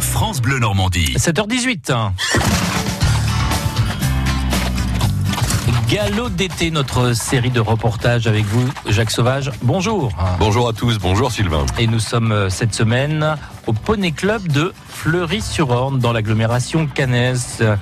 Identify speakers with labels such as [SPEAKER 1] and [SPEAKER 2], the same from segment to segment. [SPEAKER 1] France Bleu Normandie.
[SPEAKER 2] 7h18. hein. Galop d'été, notre série de reportages avec vous, Jacques Sauvage. Bonjour.
[SPEAKER 3] Bonjour à tous, bonjour Sylvain.
[SPEAKER 2] Et nous sommes euh, cette semaine au Poney Club de Fleury-sur-Orne, dans l'agglomération cannaise. Euh,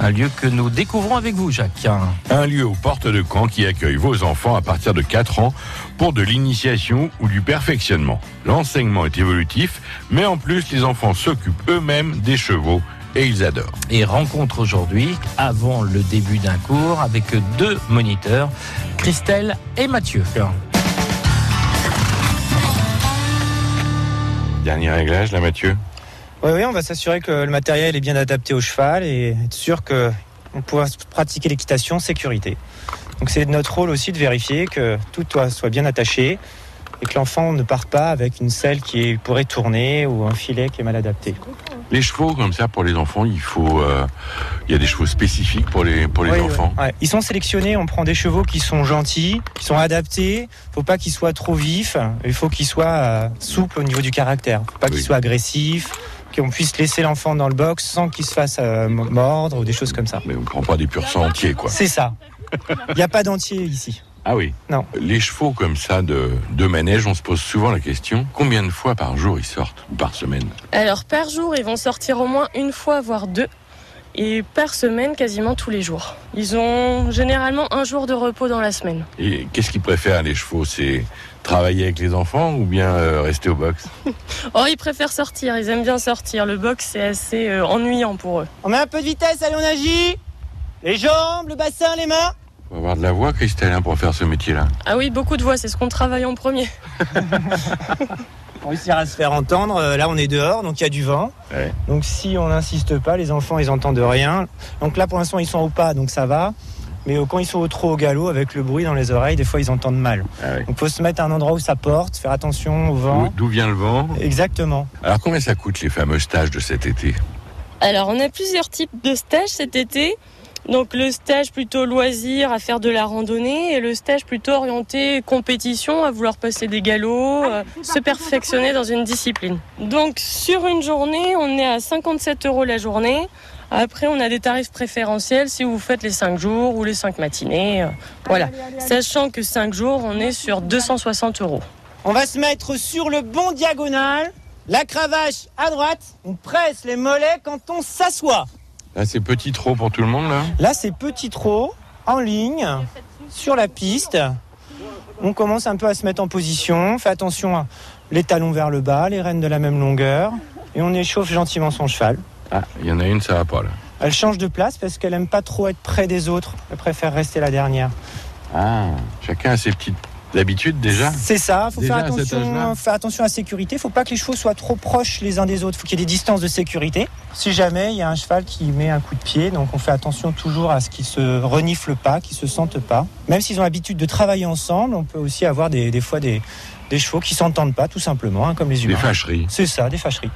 [SPEAKER 2] Un lieu que nous découvrons avec vous, Jacques.
[SPEAKER 3] Un lieu aux portes de Caen qui accueille vos enfants à partir de 4 ans pour de l'initiation ou du perfectionnement. L'enseignement est évolutif, mais en plus les enfants s'occupent eux-mêmes des chevaux et ils adorent.
[SPEAKER 2] Et rencontre aujourd'hui, avant le début d'un cours, avec deux moniteurs, Christelle et Mathieu.
[SPEAKER 3] Dernier réglage là Mathieu
[SPEAKER 4] Oui, oui, on va s'assurer que le matériel est bien adapté au cheval et être sûr que on pourra s- pratiquer l'équitation en sécurité. Donc c'est notre rôle aussi de vérifier que tout soit- soit bien attaché et que l'enfant ne part pas avec une selle qui est- pourrait tourner ou un filet qui est mal adapté.
[SPEAKER 3] Les chevaux comme ça pour les enfants, il faut euh, il y a des chevaux spécifiques pour les pour les
[SPEAKER 4] Oui,
[SPEAKER 3] enfants.
[SPEAKER 4] Ouais, Ils sont sélectionnés, on prend des chevaux qui sont gentils, qui sont adaptés, faut pas qu'ils soient trop vifs, il faut qu'ils soient euh, souples au niveau du caractère, faut pas qu'ils
[SPEAKER 3] Oui.
[SPEAKER 4] soient agressifs, qu'on puisse laisser l'enfant dans le box sans qu'il se fasse euh, m- mordre ou des choses comme ça.
[SPEAKER 3] Mais on prend pas des purs sang entiers quoi.
[SPEAKER 4] C'est ça. Il n'y a pas d'entier ici.
[SPEAKER 3] Ah oui.
[SPEAKER 4] Non.
[SPEAKER 3] Les chevaux comme ça de de manège, on se pose souvent la question combien de fois par jour ils sortent ou par semaine
[SPEAKER 5] Alors par jour, ils vont sortir au moins une fois, voire deux. Et par semaine, quasiment tous les jours. Ils ont généralement un jour de repos dans la semaine.
[SPEAKER 3] Et qu'est-ce qu'ils préfèrent les chevaux C'est travailler avec les enfants ou bien euh, rester au box
[SPEAKER 5] Oh, ils préfèrent sortir, ils aiment bien sortir. Le box, c'est assez euh, ennuyant pour eux.
[SPEAKER 4] On met un peu de vitesse, allez, on agit Les jambes, le bassin, les mains
[SPEAKER 3] On va avoir de la voix, Christelle, hein, pour faire ce métier-là.
[SPEAKER 5] Ah oui, beaucoup de voix, c'est ce qu'on travaille en premier.
[SPEAKER 4] Pour réussir à se faire entendre, euh, là on est dehors, donc il y a du vent.
[SPEAKER 3] Ouais.
[SPEAKER 4] Donc si on n'insiste pas, les enfants ils entendent rien. Donc là pour l'instant ils sont au pas, donc ça va. Mais euh, quand ils sont au trot au galop, avec le bruit dans les oreilles, des fois ils entendent mal.
[SPEAKER 3] Ah ouais.
[SPEAKER 4] Donc faut se mettre à un endroit où ça porte, faire attention au vent.
[SPEAKER 3] D'où vient le vent
[SPEAKER 4] Exactement.
[SPEAKER 3] Alors combien ça coûte les fameux stages de cet été
[SPEAKER 5] Alors, on a plusieurs types de stages cet été. Donc, le stage plutôt loisir à faire de la randonnée et le stage plutôt orienté compétition à vouloir passer des galops, euh, se perfectionner dans une discipline. Donc, sur une journée, on est à 57 euros la journée. Après, on a des tarifs préférentiels si vous faites les 5 jours ou les 5 matinées. euh, Voilà. Sachant que 5 jours, on est sur 260 euros.
[SPEAKER 4] On va se mettre sur le bon diagonal, la cravache à droite, on presse les mollets quand on s'assoit.
[SPEAKER 3] Là, Ah, c'est petit trop pour tout le monde, là
[SPEAKER 4] Là, c'est petit trot, en ligne, sur la piste. On commence un peu à se mettre en position. Fais attention à les talons vers le bas, les rênes de la même longueur. Et on échauffe gentiment son cheval.
[SPEAKER 3] Ah, il y en a une, ça va pas, là.
[SPEAKER 4] Elle change de place parce qu'elle aime pas trop être près des autres. Elle préfère rester la dernière.
[SPEAKER 3] Ah, chacun a ses petites habitudes, déjà
[SPEAKER 4] C'est ça, faut
[SPEAKER 3] Déjà,
[SPEAKER 4] faire
[SPEAKER 3] à cet âge-là
[SPEAKER 4] attention, faire attention à la sécurité. Faut pas que les chevaux soient trop proches les uns des autres. Faut qu'il y ait des distances de sécurité. Si jamais il y a un cheval qui met un coup de pied, donc on fait attention toujours à ce qu'ils se reniflent pas, qu'ils se sentent pas. Même s'ils ont l'habitude de travailler ensemble, on peut aussi avoir des, des fois des, des chevaux qui s'entendent pas, tout simplement, hein, comme les
[SPEAKER 3] Des
[SPEAKER 4] humains.
[SPEAKER 3] fâcheries.
[SPEAKER 4] C'est ça, des fâcheries.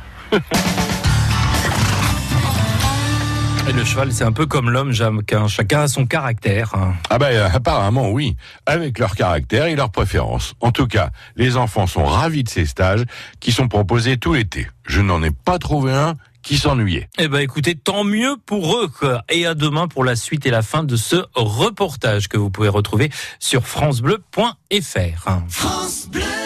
[SPEAKER 2] Et le cheval, c'est un peu comme l'homme, Jacques. hein. Chacun a son caractère. hein.
[SPEAKER 3] Ah bah, euh, apparemment, oui. Avec leur caractère et leurs préférences. En tout cas, les enfants sont ravis de ces stages qui sont proposés tout l'été. Je n'en ai pas trouvé un qui s'ennuyait.
[SPEAKER 2] Eh ben, écoutez, tant mieux pour eux. quoi. Et à demain pour la suite et la fin de ce reportage que vous pouvez retrouver sur francebleu.fr.
[SPEAKER 6] France Bleu.